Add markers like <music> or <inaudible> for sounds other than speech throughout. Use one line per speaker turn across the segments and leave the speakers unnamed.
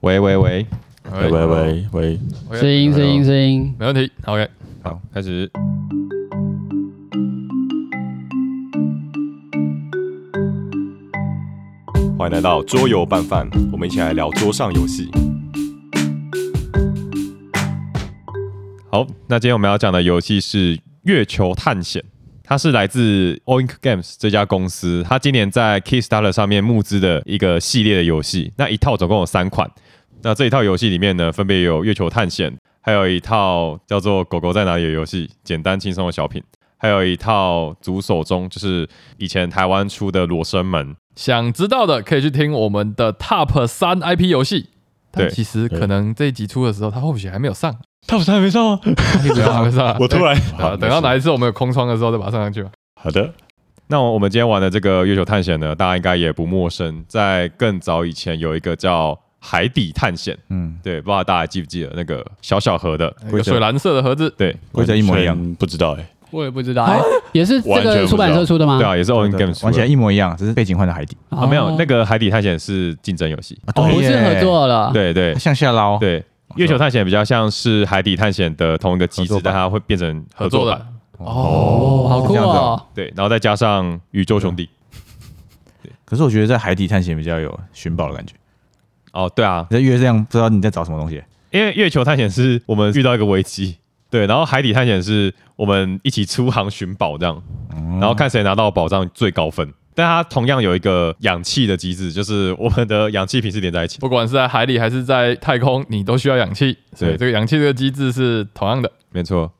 喂喂喂，
喂喂喂喂，
哎
OK，
声音，声音，声音。
没问题。OK，好，开始。
欢迎来到桌游拌饭，我们一起来聊桌上游戏。
好，那今天我们要讲的游戏是《月球探险》，它是来自 Oink Games 这家公司，它今年在 Kickstarter 上面募资的一个系列的游戏，那一套总共有三款。那这一套游戏里面呢，分别有《月球探险》，还有一套叫做《狗狗在哪里》的游戏，简单轻松的小品，还有一套《足手中》，就是以前台湾出的《罗生门》。
想知道的可以去听我们的 Top 三 IP 游戏。但
对
其实可能这一集出的时候，它或许还没有上，
他不是还没上吗？
不知道还没上啊。
我突然
对啊等到哪一次我们有空窗的时候再把它上上去吧。
好的，
那我们今天玩的这个月球探险呢，大家应该也不陌生，在更早以前有一个叫海底探险，
嗯，
对，不知道大家还记不记得那个小小盒的
有水蓝色的盒子，
对
规则一模一样，
样，不知道哎、
我也不知道，哎，也是这
完全
个
不知道
出版社出的吗？
对啊，也是 Owen
对对
Games
对玩起来一模一样，只是背景换了海底。
哦，
啊，没有那个海底探险是竞争游戏，
啊
哦不是合，作了，
对对
耶向下捞。
对，月球探险比较像是海底探险的同一个机
合
制，
作版
但它会变成
合
合
作
作版，
的。
哦，好酷
这样子
哦
哦。
对，然后再加上宇宙兄弟，
可是我觉得在海底探险比较有寻宝的感觉，
哦，对啊，
你在月亮不知道你在找什么东西。
因为月球探险是我们遇到一个危机，对，然后海底探险是我们一起出航寻宝这样，然后看谁拿到宝藏最高分。但它同样有一个氧气的机制，就是我们的氧气瓶是连在一起的，
不管是在海里还是在太空，你都需要氧气，所以这个氧气这个机制是同样的。
没错，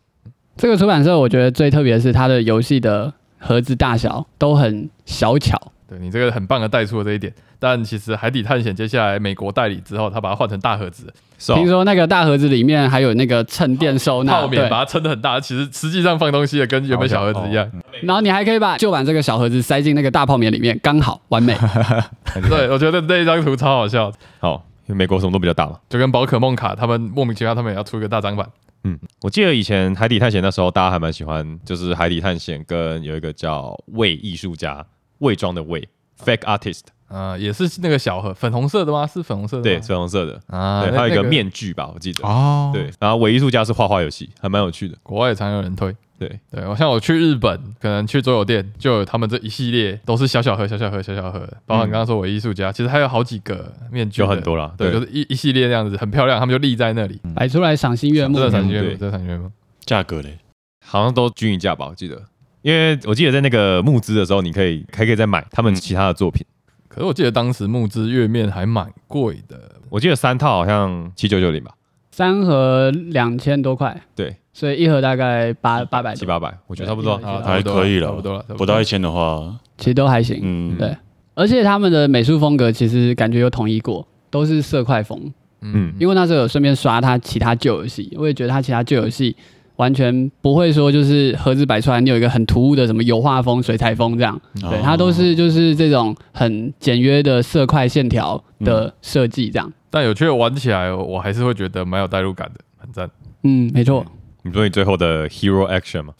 这个出版社我觉得最特别的是它的游戏的盒子大小都很小巧，
对你这个很棒的带出了这一点，但其实海底探险接下来美国代理之后，他把它换成大盒子，
是
听
哦，
说那个大盒子里面还有那个衬垫收纳，
泡
对
棉，把它撑得很大，其实实际上放东西的跟原本小盒子一样。
然后你还可以把旧版这个小盒子塞进那个大泡棉里面，刚好完美。
<laughs> 对，我觉得那一张图超好笑，
好，因为美国什么都比较大嘛。
就跟宝可梦卡他们莫名其妙他们也要出一个大张版。
嗯，我记得以前海底探险那时候，大家还蛮喜欢，就是海底探险跟有一个叫伪艺术家，伪装的伪 fake artist，
啊，也是那个小盒，粉红色的吗？是粉红色的吗
对，粉红色的，
啊，
对，
那
还有一个
那
面具吧，我记得。
哦，
对，然后伪艺术家是画画游戏，还蛮有趣的。
国外也常有人推。
对，
对，我像我去日本，可能去桌游店，就有他们这一系列都是小小盒、小小盒、小小盒，包含
嗯
刚刚说我艺术家，其实还有好几个面具，
有很，多啦，
对，就是一一系列那样子，很漂亮，他们就立在那里，
摆哎出来赏心悦目
这，是赏心悦目，
对
这是赏心悦目。
价格嘞，
好像都均一价吧，我记得，因为我记得在那个募资的时候，你可以还可以再买他们其他的作品。
可是我记得当时募资月面还蛮贵的，
我记得三套好像七九九零吧，
三盒两千多块，
对，
所以一盒大概八八百
七
多，
哎八百，我觉得差不多
对。
啊，
还
差不多
可以了
差不多了，差
不到一千的话，
其实都还行。
嗯，
对而且他们的美术风格其实感觉有统一过，都是色块风。
嗯
因为那时候有顺便刷他其他旧游戏，我也觉得他其他旧游戏完全不会说就是盒子摆出来你有一个很突兀的什么油画风、水彩风这样，对，它都是就是这种很简约的色块线条的设计这样。
但有趣的玩起来，我还是会觉得蛮有代入感的，很赞。
嗯，没错，
你说你最后的 hero action 嘛，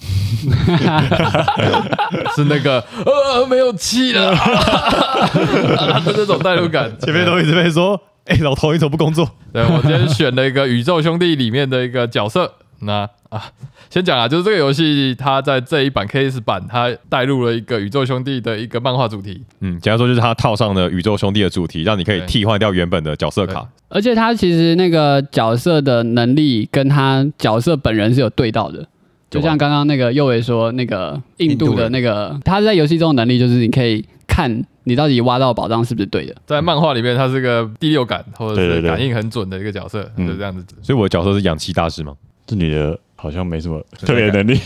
是那个 <laughs> 呃没有气了， <laughs> 啊的那种代入感。
前面都一直被说，哎，老头你怎么不工作？
对我今天选了一个宇宙兄弟里面的一个角色，那啊，先讲啊，就是这个游戏它在这一版 KS 版，它带入了一个宇宙兄弟的一个漫画主题，
嗯，简单说就是他套上了宇宙兄弟的主题，让你可以
对
替换掉原本的角色卡。
而且他其实那个角色的能力跟他角色本人是有对到的。就像刚刚那个右伟说，那个印度的那个，他在游戏中的能力就是你可以看你到底挖到宝藏是不是对的。
在漫画里面它是个第六感或者
对
是
对对
感应很准的一个角色，
嗯
就这样子。 <laughs>
所以我的角色是氧气大师嘛，
这女的好像没什么特别的能力，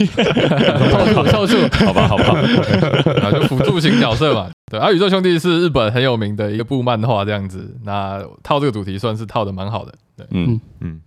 凑数凑数，
好吧，好吧，
啊，就辅助型角色嘛。对，而、啊、宇宙兄弟是日本很有名的一个部漫画，这样子，那套这个主题算是套的蛮好的。对，
嗯，
嗯，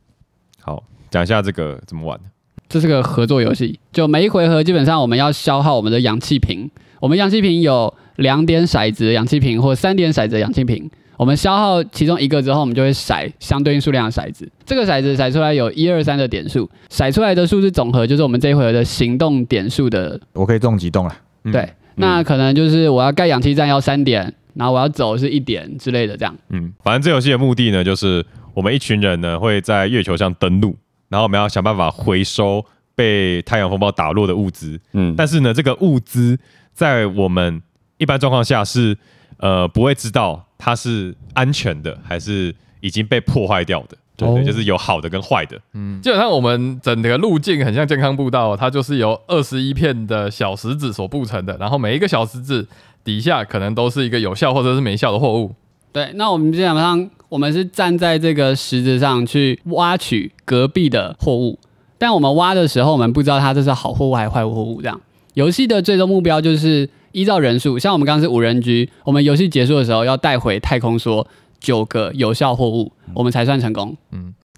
好，讲一下这个怎么玩。
这是个合作游戏，就每一回合基本上我们要消耗我们的氧气瓶，我们氧气瓶有两点骰子的氧气瓶或三点骰子的氧气瓶，我们消耗其中一个之后，我们就会骰相对应数量的骰子，这个骰子骰出来有一二三的点数，骰出来的数字总和就是我们这一回合的行动点数的
我可以中几栋了。
嗯
对，那可能就是我要盖氧气站要三点，然后我要走是一点之类的，这样
嗯，反正这游戏的目的呢，就是我们一群人呢会在月球上登陆，然后我们要想办法回收被太阳风暴打落的物资。
嗯，
但是呢，这个物资在我们一般状况下是呃不会知道它是安全的还是已经被破坏掉的。对对，
哦
就是有好的跟坏的。
嗯
基本上我们整个路径很像健康步道，哦它就是由二十一片的小石子所构成的，然后每一个小石子底下可能都是一个有效或者是没效的货物。
对，那我们基本上我们是站在这个石子上去挖取隔壁的货物，但我们挖的时候，我们不知道它这是好货物还是坏货物。这样，游戏的最终目标就是依照人数，像我们刚刚是五人局，我们游戏结束的时候要带回太空梭九个有效货物，我们才算成功。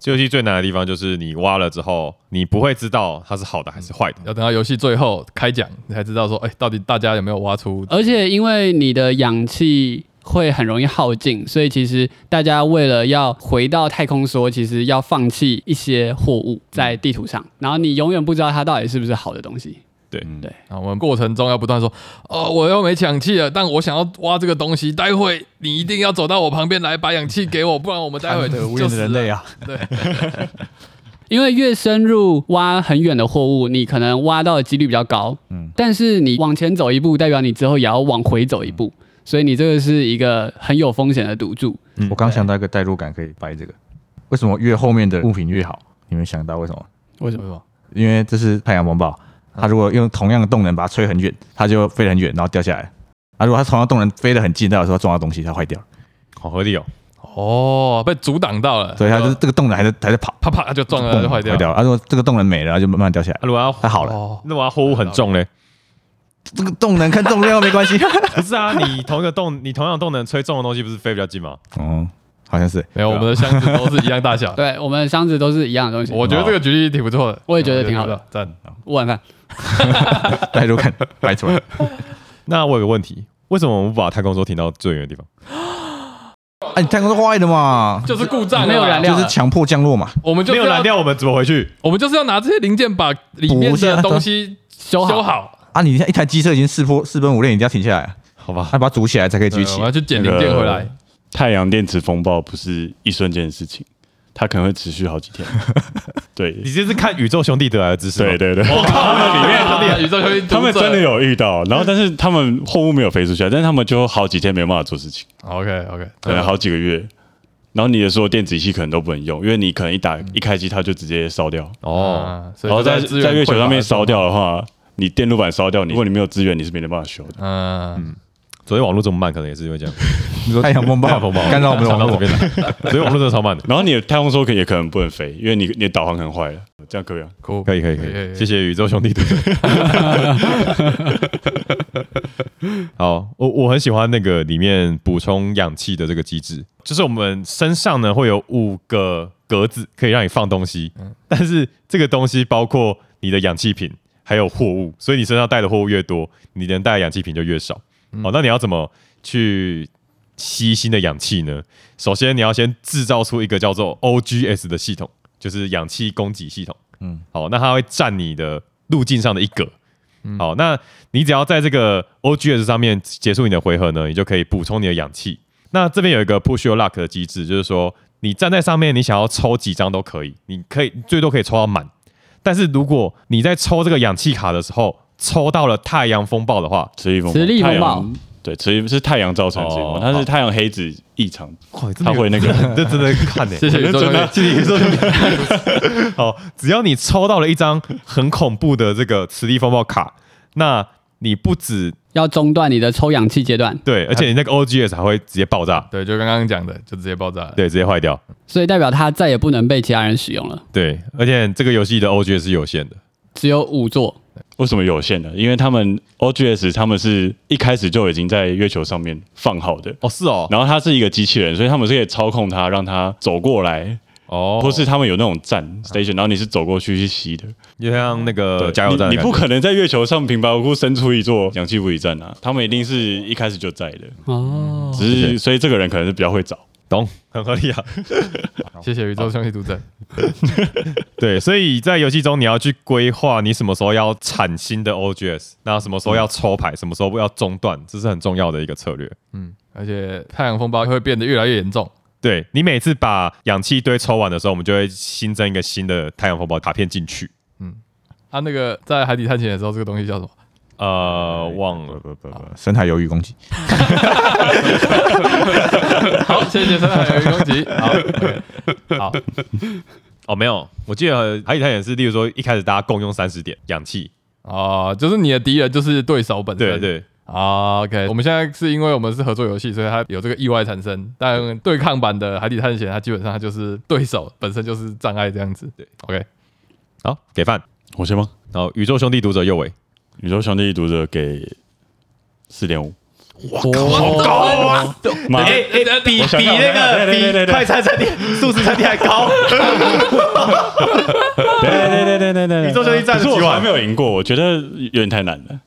这游戏最难的地方就是你挖了之后，你不会知道它是好的还是坏的。
要等到游戏最后开奖，你才知道说，哎、到底大家有没有挖出？
而且因为你的氧气会很容易耗尽，所以其实大家为了要回到太空梭，其实要放弃一些货物在地图上，然后你永远不知道它到底是不是好的东西。
啊，我们过程中要不断说，哦，我又没氧气了，但我想要挖这个东西，待会你一定要走到我旁边来把氧气给我，不然我们待会
贪得无
就
厌的
死
人类
了。
啊，
因为越深入挖很远的货物，你可能挖到的几率比较高，
嗯
但是你往前走一步，代表你之后也要往回走一步，所以你这个是一个很有风险的赌注。
嗯我刚想到一个代入感可以掰这个，为什么越后面的物品越好？你们想到为什么？
为什
为
么？
什么？
因为这是太阳风暴，它如果用同样的动能把它吹很远，它就飞得很远，然后掉下来。啊，如果它同样动能飞得很近，到时候撞到东西，它坏掉了，
好合理哦。
哦，被阻挡到了，
所以它就是这个动能还在还在跑，
啪啪就撞了，呃就坏掉
坏。掉了。啊，如果这个动能没了，它就慢慢掉下来
啊、。如果要
它好了，
哦，
那我要货物很重嘞，
这个动能跟重量没关系。
不是啊？你同一个动，你同样的动能吹中的东西不是飞比较近吗？
<laughs> 哦，好像是。
没有，我们的箱子都是一样大小。
对我们的箱子都是一样的东西。
我觉得这个举例挺不错的，
我也觉得挺好的
我觉得挺好，赞。
我晚饭，
代入感掰 <laughs> 出来，
那我有个问题，为什么我们不把太空梭停到最远的地方？
啊，你太空是坏的嘛，
就是故障啊
没有燃料
就
了
是强迫降落嘛。
我们就
没
是
有
要
燃，料，我们怎么回去？
我们就是要拿这些零件把里面
补一
的
下
东西
修好
修好，
啊，你一台机车已经四破四分五裂，你一定要停下来，啊
好吧，
它把它组起来才可以
对
举
我
起
们。要去捡零件回来。
太阳电磁风暴不是一瞬间的事情，它可能会持续好几天。
<laughs>
对，
你这是看宇宙兄弟得来的知识吗？
对对对，
里
<laughs>
面宇宙兄弟读者，
他们真的有遇到，然后但是他们货物没有飞出去啊，但是他们就好几天没办法做事情，
嗯 OK OK，
可能好几个月。然后你的所有电子仪器可能都不能用，因为你可能一打一开机它就直接烧掉，
哦，，
所以
然后
就
在
嗯资源
在月球上面
匮乏嗯
烧掉的话，你电路板烧掉，你如果你没有资源，你是没办法修的。
的时候。嗯，
昨天网络这么慢，可能也是因为这样，
你说太阳风
<laughs>
暴
太阳风暴
干扰我们的
传
网
到这
络，
边来，昨天网络真的超慢的。
然后你的太空梭可也可能不能飞，因为你你的导航可能坏了，这样可以啊。
酷，
可以可以可
可以可
以，
以
谢谢宇宙兄弟得罪。 <laughs> 好，我我很喜欢那个里面补充氧气的这个机制，就是我们身上呢会有五个格子可以让你放东西，但是这个东西包括你的氧气瓶还有货物，所以你身上带的货物越多，你能带的氧气瓶就越少。好，那你要怎么去吸新的氧气呢？首先你要先制造出一个叫做 OGS 的系统，就是氧气供给系统。好，那它会占你的路径上的一格。好，那你只要在这个 OGS 上面结束你的回合呢，你就可以补充你的氧气。那这边有一个 push your luck 的机制，就是说你站在上面，你想要抽几张都可以，你可以最多可以抽到满。但是如果你在抽这个氧气卡的时候抽到了太阳风暴的话，
磁力风暴，
磁力风暴
太阳，对，磁力是太阳造成的磁力风暴，
哦
它是太阳黑子异常，
哇，
它会那个 <laughs>
这真的看呢、
谢谢宇宙兄
啊
弟。
谢谢宇宙兄弟。 <laughs> 好，只要你抽到了一张很恐怖的这个磁力风暴卡，那你不止
要中断你的抽氧气阶段，
对，而且你那个 OGS 还会直接爆炸，
对，就刚刚讲的，就直接爆炸了。
对，直接坏掉。
所以代表它再也不能被其他人使用了，
对，而且这个游戏的 OGS 是有限的，
只有五座。
为什么有限呢？因为他们 OGS 他们是一开始就已经在月球上面放好的，
哦，是哦，
然后它是一个机器人，所以他们是可以操控它，让它走过来，
哦，
或是他们有那种站 station，然后你是走过去去吸的。
就像那个
对，
加油站的
你，你
感
不
觉，
可能在月球上平白无故生出一座氧气补给站啊！他们一定是一开始就在的，
哦，
只是所以这个人可能是比较会找。
懂，很合理啊。
谢谢宇宙兄弟读者。
<laughs> 对，所以在游戏中你要去规划你什么时候要产新的 OGS，那什么时候要抽牌，什么时候要中断，这是很重要的一个策略。
嗯，而且太阳风暴会变得越来越严重。
对你每次把氧气堆抽完的时候，我们就会新增一个新的太阳风暴卡片进去。
啊，那个在海底探险的时候，这个东西叫什么？
呃，忘
不
了，
不不不，深海鱿鱼攻
<laughs>
击，
好，谢谢深海鱿鱼攻击。好，OK，好，
哦，没有，我记得海底探险是，例如说一开始大家共用三十点氧气，
哦，就是你的敌人就是对手本
对
身。
对，
啊，OK，我们现在是因为我们是合作游戏，所以它有这个意外产生。但对抗版的《海底探险》，它基本上它就是对手本身就是障碍这样子。对，OK，
好，给饭。
我先吗？
然后宇宙兄弟读者右尾，
宇宙兄弟读者给四点五，
哦
妈，
哎，比
想想对对对对对
餐餐厅、素食餐厅还高。
<laughs> 对对对对对对，
宇宙兄弟站了
可是我
几
从来没
碗？
有赢过，我觉得有点太难了。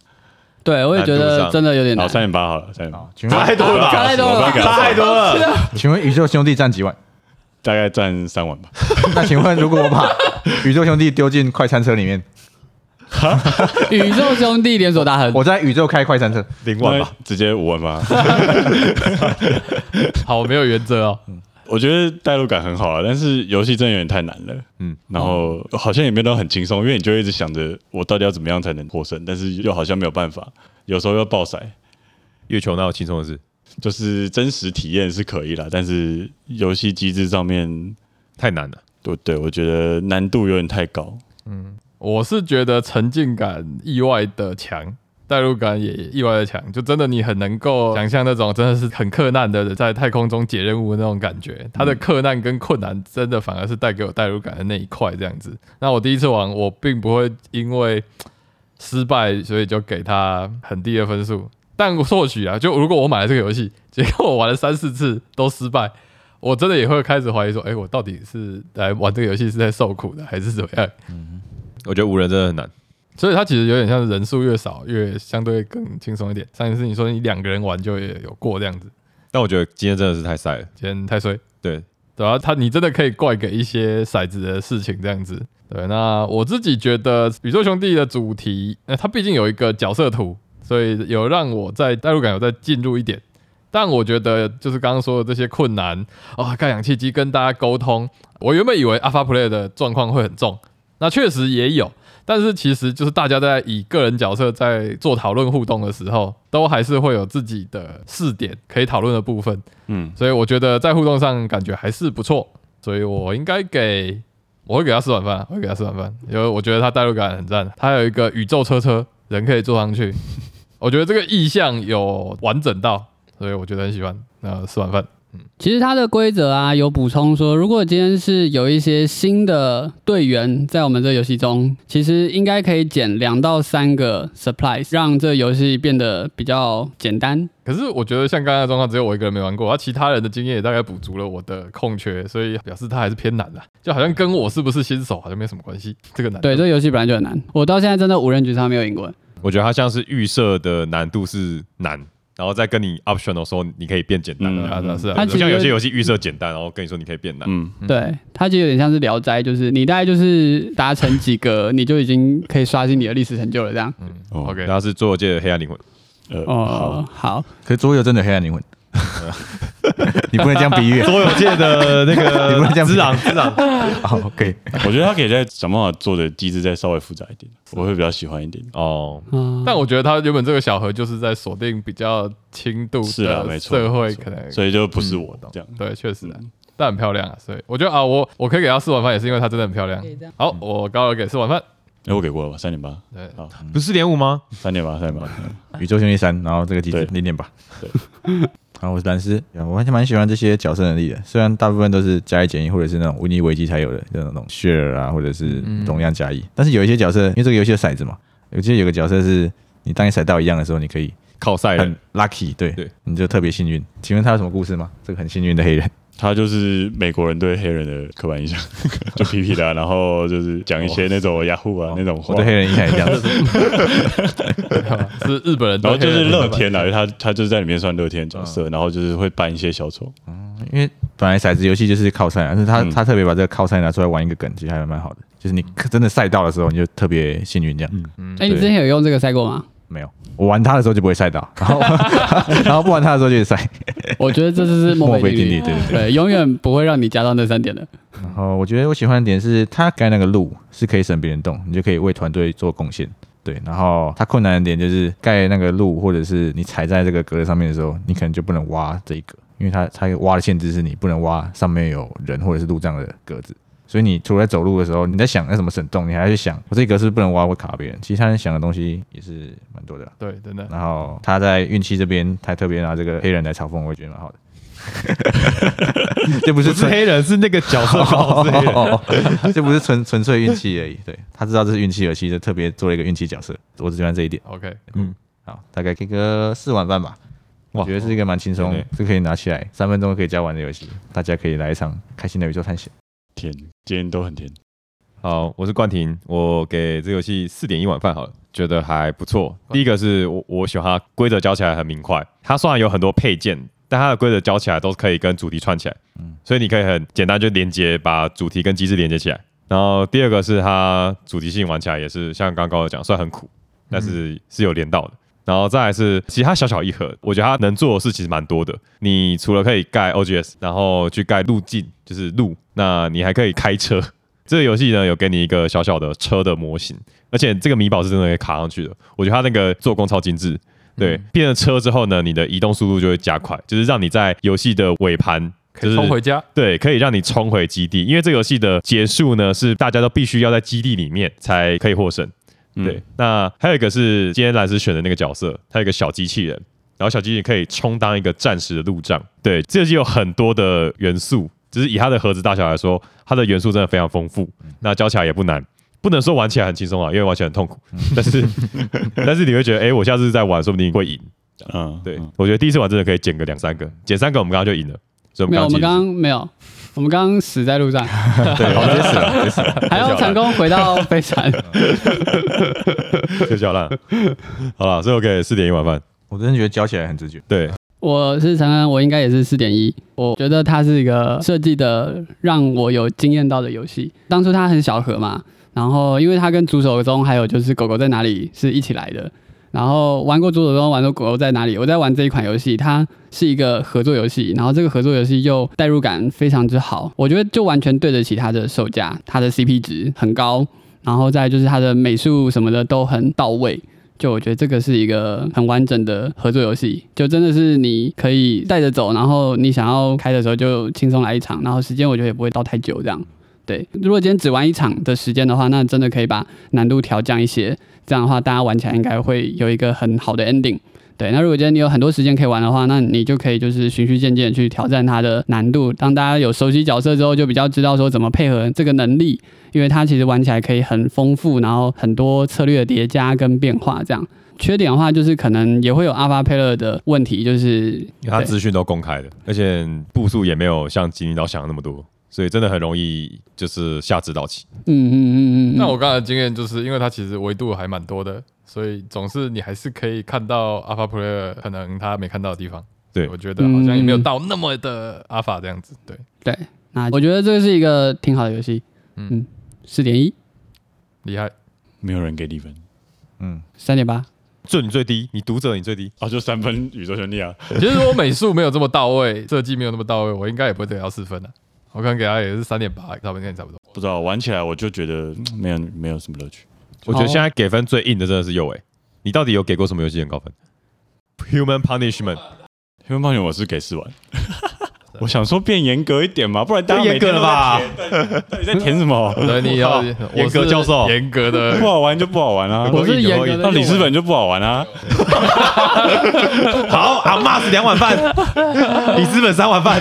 对，我也觉
难度
得
上
真的有点
好，
难。
三点八好了，三
哦
点八，
请问
多了
差太多了吧
我不要给他
太多了。
<laughs> 请问宇宙兄弟占
<laughs>
几碗？
大概占三碗吧。
那请问如果我把宇宙兄弟丢进快餐车里面，
宇宙兄弟连锁大亨，
我在宇宙开快餐车，
零碗吧，
那直接五万吧。
好，没有原则哦。
我觉得代入感很好啊，但是游戏真的有点太难了。
嗯
嗯，然后好像也没有到很轻松，因为你就一直想着我到底要怎么样才能获胜，但是又好像没有办法，有时候要爆塞。
月球那有轻松的事，
就是真实体验是可以啦，但是游戏机制上面，
太难了。
对对，我觉得难度有点太
<laughs>
高。
我是觉得沉浸感意外的强，代入感也意外的强，就真的你很能够想象那种真的是很克难的人在太空中解任务的那种感觉。他的克难跟困难真的反而是带给我代入感的那一块这样子。那我第一次玩，我并不会因为失败所以就给他很低的分数，但或许啊，就如果我买了这个游戏，结果我玩了三四次都失败。我真的也会开始怀疑说，哎、我到底是来玩这个游戏是在受苦的，还是怎么样？
我觉得无人真的很难。
所以它其实有点像是人数越少越相对更轻松一点。上一次你说你两个人玩就也有过这样子，
但我觉得今天真的是太晒了。
今天太衰。
对，
对啊，他你真的可以怪给一些骰子的事情这样子。对，那我自己觉得宇宙兄弟的主题，呃，它毕竟有一个角色图，所以有让我在代入感有再进入一点。但我觉得就是刚刚说的这些困难啊，盖、氧气机跟大家沟通，我原本以为 Alpha Play 的状况会很重，那确实也有，但是其实就是大家在以个人角色在做讨论互动的时候，都还是会有自己的试点可以讨论的部分。
嗯，
所以我觉得在互动上感觉还是不错，所以我应该给，我会给他四碗饭，我会给他四碗饭，因为我觉得他代入感很赞。啊他有一个宇宙车车，人可以坐上去，我觉得这个意象有完整到，所以我觉得很喜欢。那四碗饭，
其实它的规则啊有补充说，如果今天是有一些新的队员在我们这游戏中，其实应该可以减两到三个 surprise，让这游戏变得比较简单。
可是我觉得像刚刚的状况，只有我一个人没玩过，而其他人的经验也大概补足了我的空缺，所以表示他还是偏难的，就好像跟我是不是新手好像没什么关系，这个难度。
对，这游戏本来就很难，我到现在真的无人局上没有赢过。
我觉得它像是预设的难度是难，然后再跟你 optional 说你可以变简单。
嗯
对啊，对啊是啊，
他
不
其
像
实
有些游戏预设简单，然后跟你说你可以变难。
嗯，
对，它其实有点像是聊斋，就是你大概就是达成几个，你就已经可以刷新你的历史成就了。这样，
哦
OK，
然后是《做界的黑暗灵魂》，
呃，
哦，好，
可是桌游真的有黑暗
<laughs>
灵魂，你不能这样比喻。
桌游界的那
<laughs> 你不能这
个
样哦
之昂之昂， <laughs>
好，可以。
我觉得他可以再想办法做的机制再稍微复杂一点，
啊
我会比较喜欢一点。
哦，
嗯，
但我觉得他原本这个小盒就是在锁定比较轻度
是啊
的
没错
社会，
没错
可能
所以就不是我的这样。
对，确实啊，但很漂亮啊，所以我觉得啊，我我可以给他四碗饭，也是因为它真的很漂亮
可以这样。
好，我高了给四碗 <laughs> 饭。
哎，我给过了吧，三点八，
对，
好，
不是四点五吗？
三点八，三点八，
宇宙兄弟三，然后这个机制
对
零点八。
对，
<laughs> 然后我是蓝斯，我还蛮喜欢这些角色能力的，虽然大部分都是加一减一，或者是那种瘟疫危机才有的那种 share 啊，或者是容量加一，但是有一些角色，因为这个游戏有骰子嘛，我记得有个角色是你当你骰到一样的时候，你可以
靠赛人
很 lucky，对，
对
你就特别幸运。请问他有什么故事吗？这个很幸运的黑人，
他就是美国人对黑人的刻板印象， <laughs> 就批评啊他，然后就是讲一些那种雅虎啊那种
我
话
对，黑人印象也这样子。
<laughs> 是日本人，
然后就是乐，天啦，因为他他就是在里面算乐天角色，然后就是会扮一些小丑，
因为本来骰子游戏就是靠赛啊，但是他、
嗯
他特别把这个靠赛拿出来玩一个梗，其实还蛮好的。就是你真的赛到的时候，你就特别幸运这样。
哎，你之前有用这个赛过吗？
没有，我玩它的时候就不会晒到，然后 <laughs> 然后不玩它的时候就会晒，
我觉得这就是墨
墨
菲
菲
定
定
律
律，，对对对。
对，永远不会让你加到那三点的。
然后我觉得我喜欢的点是，他盖那个路是可以省别人动，你就可以为团队做贡献。对，然后它困难的点就是盖那个路，或者是你踩在这个格子上面的时候，你可能就不能挖这一格，因为它它挖的限制是你不能挖上面有人或者是路障的格子。所以你除了在走路的时候，你在想要怎么省动，你还去想我这格是不是不能挖会卡别人。其实他人想的东西也是蛮多的啦。
对，真的。
然后他在运气这边，他特别拿这个黑人来嘲讽，我也觉得蛮好的。这不
不
是
是
纯
黑人，是那个角色 <laughs> 包是黑人。
哦， <laughs> 这不是纯纯粹运气而已。对他知道这是运气游戏，就特别做了一个运气角色，我只喜欢这一点。
OK，
好，大概给个四晚半吧。
哇
我觉得是一个蛮轻松
对，
是可以拿起来三分钟可以教完的游戏，大家可以来一场开心的宇宙探险。
甜，今天都很甜。
好，我是冠廷，我给这游戏四点一碗饭好了，觉得还不错。第一个是我我喜欢它规则教起来很明快，它虽然有很多配件，但它的规则教起来都可以跟主题串起来，嗯，所以你可以很简单就连接把主题跟机制连接起来。然后第二个是它主题性玩起来也是像刚刚高讲，虽然很苦，但是是有连到的。然后再来是，其实它小小一盒，我觉得它能做的事其实蛮多的。你除了可以盖 OGS，然后去盖路径，就是路，那你还可以开车。这个游戏呢有给你一个小小的车的模型，而且这个米宝是真的可以卡上去的。我觉得它那个做工超精致。对，变了车之后呢，你的移动速度就会加快，就是让你在游戏的尾盘。
可
就
以
是
冲回家。
对，可以让你冲回基地，因为这个游戏的结束呢是大家都必须要在基地里面才可以获胜。
嗯
对，那还有一个是今天蓝斯选的那个角色，他有一个小机器人，然后小机器人可以充当一个暂时的路障。对，这游戏有很多的元素，只是以它的盒子大小来说，它的元素真的非常丰富，
嗯
那教起来也不难。不能说玩起来很轻松啊，因为玩起来很痛苦。但是，但是你会觉得，哎、我下次再玩，说不定会赢。
嗯，
对，我觉得第一次玩真的可以减个两三个，减三个我们刚刚就赢了。所以我
没
们
有，
刚
我们刚
刚
刚没有，我们刚刚死在路上，
对，好，直接死了，直接死
<laughs>
了。
还要成功回到飞船。
就小烂，好了，所以我给四点一碗饭。
我真的觉得教起来很直觉。
对，
我是陈安，我应该也是四点一。我觉得它是一个设计的让我有惊艳到的游戏。当初它很小盒嘛，然后因为它跟主手中还有就是狗狗在哪里是一起来的。然后玩过主手中，玩过狗狗在哪里。我在玩这一款游戏，它是一个合作游戏，然后这个合作游戏又代入感非常之好，我觉得就完全对得起它的售价，它的 CP 值很高，然后再来就是它的美术什么的都很到位。就我觉得这个是一个很完整的合作游戏，就真的是你可以带着走，然后你想要开的时候就轻松来一场，然后时间我觉得也不会到太久这样。对，如果今天只玩一场的时间的话，那真的可以把难度调降一些，这样的话大家玩起来应该会有一个很好的 ending。对，那如果今天你有很多时间可以玩的话，那你就可以就是循序渐进地去挑战它的难度。当大家有熟悉角色之后，就比较知道说怎么配合这个能力，因为它其实玩起来可以很丰富，然后很多策略的叠加跟变化这样。缺点的话，就是可能也会有阿巴佩勒的问题，就是
因为它
对
资讯都公开的，而且步数也没有像吉林岛想的那么多，所以真的很容易就是下指导棋。
嗯嗯嗯嗯嗯，
那我刚才的经验就是，因为它其实维度还蛮多的，所以总是你还是可以看到 Alpha Player 可能他没看到的地方。
对
我觉得好像也没有到那么的 Alpha 这样子。对，
对，那我觉得这是一个挺好的游戏，嗯，四点一，
厉害。
没有人给你分
嗯，
三点八，
就你最低，你读者你最低，
哦，就三分宇宙兄弟啊，
<laughs> 其实我美术没有这么到位，设计没有那么到位，我应该也不会得到四分的、啊我可能给他也是三点八，差不多跟你差不多。 <laughs>
不知道玩起来我就觉得嗯没有没有什么乐趣。
我觉得
哦
现在给分最硬的真的是右伟。你到底有给过什么游戏很高分？Human Punishment，
黑帮友我是给四碗，我想说变严格一点嘛，不然大家
太严格了吧
每天都在填？到底在填什么？
所以你要
我靠严格教授
我是严格的 <laughs> 哦
不。好玩就不好玩啊，
我是严格的
那里斯本就不好玩啊。
好，阿骂是两碗饭， <laughs> 里斯本三碗饭，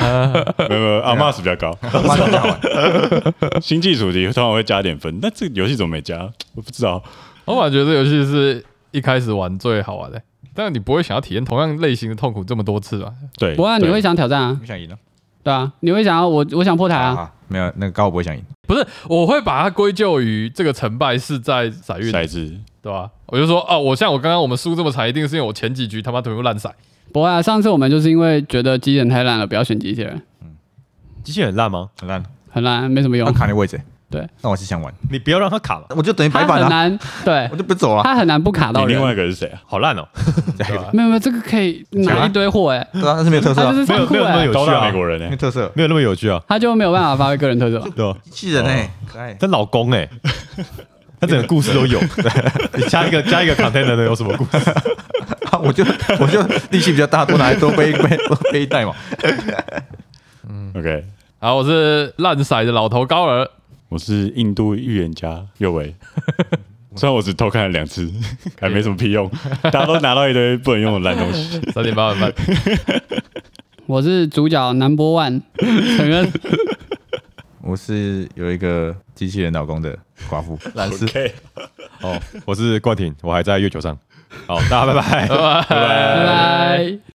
没有没有，阿玛是比较高，
哇这么好玩
<laughs> 星际主题通常会加点分，但这个游戏怎么没加？我不知道。
我反而觉得这游戏是一开始玩最好玩的、但你不会想要体验同样类型的痛苦这么多次啊吧？
对，
不过你
对
会想挑战啊
不，想赢了。
对啊，你会想要我我想破台啊，
啊，没有那个高我不会想赢。
不是，我会把它归咎于这个成败是在骰运，
骰子
对吧、我就说哦，我像我刚刚我们输这么惨，一定是因为我前几局他妈全部烂骰。
不会啊，上次我们就是因为觉得机器人太烂了，不要选机器人，
机器人很烂吗？
很烂，
很烂，没什么用
他，卡你位置，
哦对，
那我是想玩，
你不要让它卡了，
我就等于
他
白板
很
啊了、
难，对
<laughs> 我就不走了。
他很难不卡到
你另外
人。
一个是谁啊？
好烂哦，
没有没有，这个可以拿一堆货哎，
对啊，但是没有特色、
他
啊
就，是
没有
仓库
没有那么
哎
有，
高
趣
大
啊
美，国人呢、
没有特色，
没有那么有趣啊，
他就没有办法发挥个人特色。
对吧？
机器人哎、可爱。 <laughs>
他老公哎，他整个故事都有，你加一个加一个 container 能有什么故事？
啊我就 <laughs> 我就力气比较大，多拿来多背背多背一袋嘛。
嗯
OK，
好，我是烂骰的老头高儿，
我是印度预言家右
<laughs>
维，虽然我只偷看了两次，还没什么屁用，大家都拿到一堆不能用的烂东
<laughs>
西。
三点八万半。
我是主角 Number One，承认
我是有一个机器人老公的寡 <laughs> 妇，蓝斯
OK，
<laughs> 哎
哦，我是冠廷，我还在月球上。好，大家拜拜。
拜拜。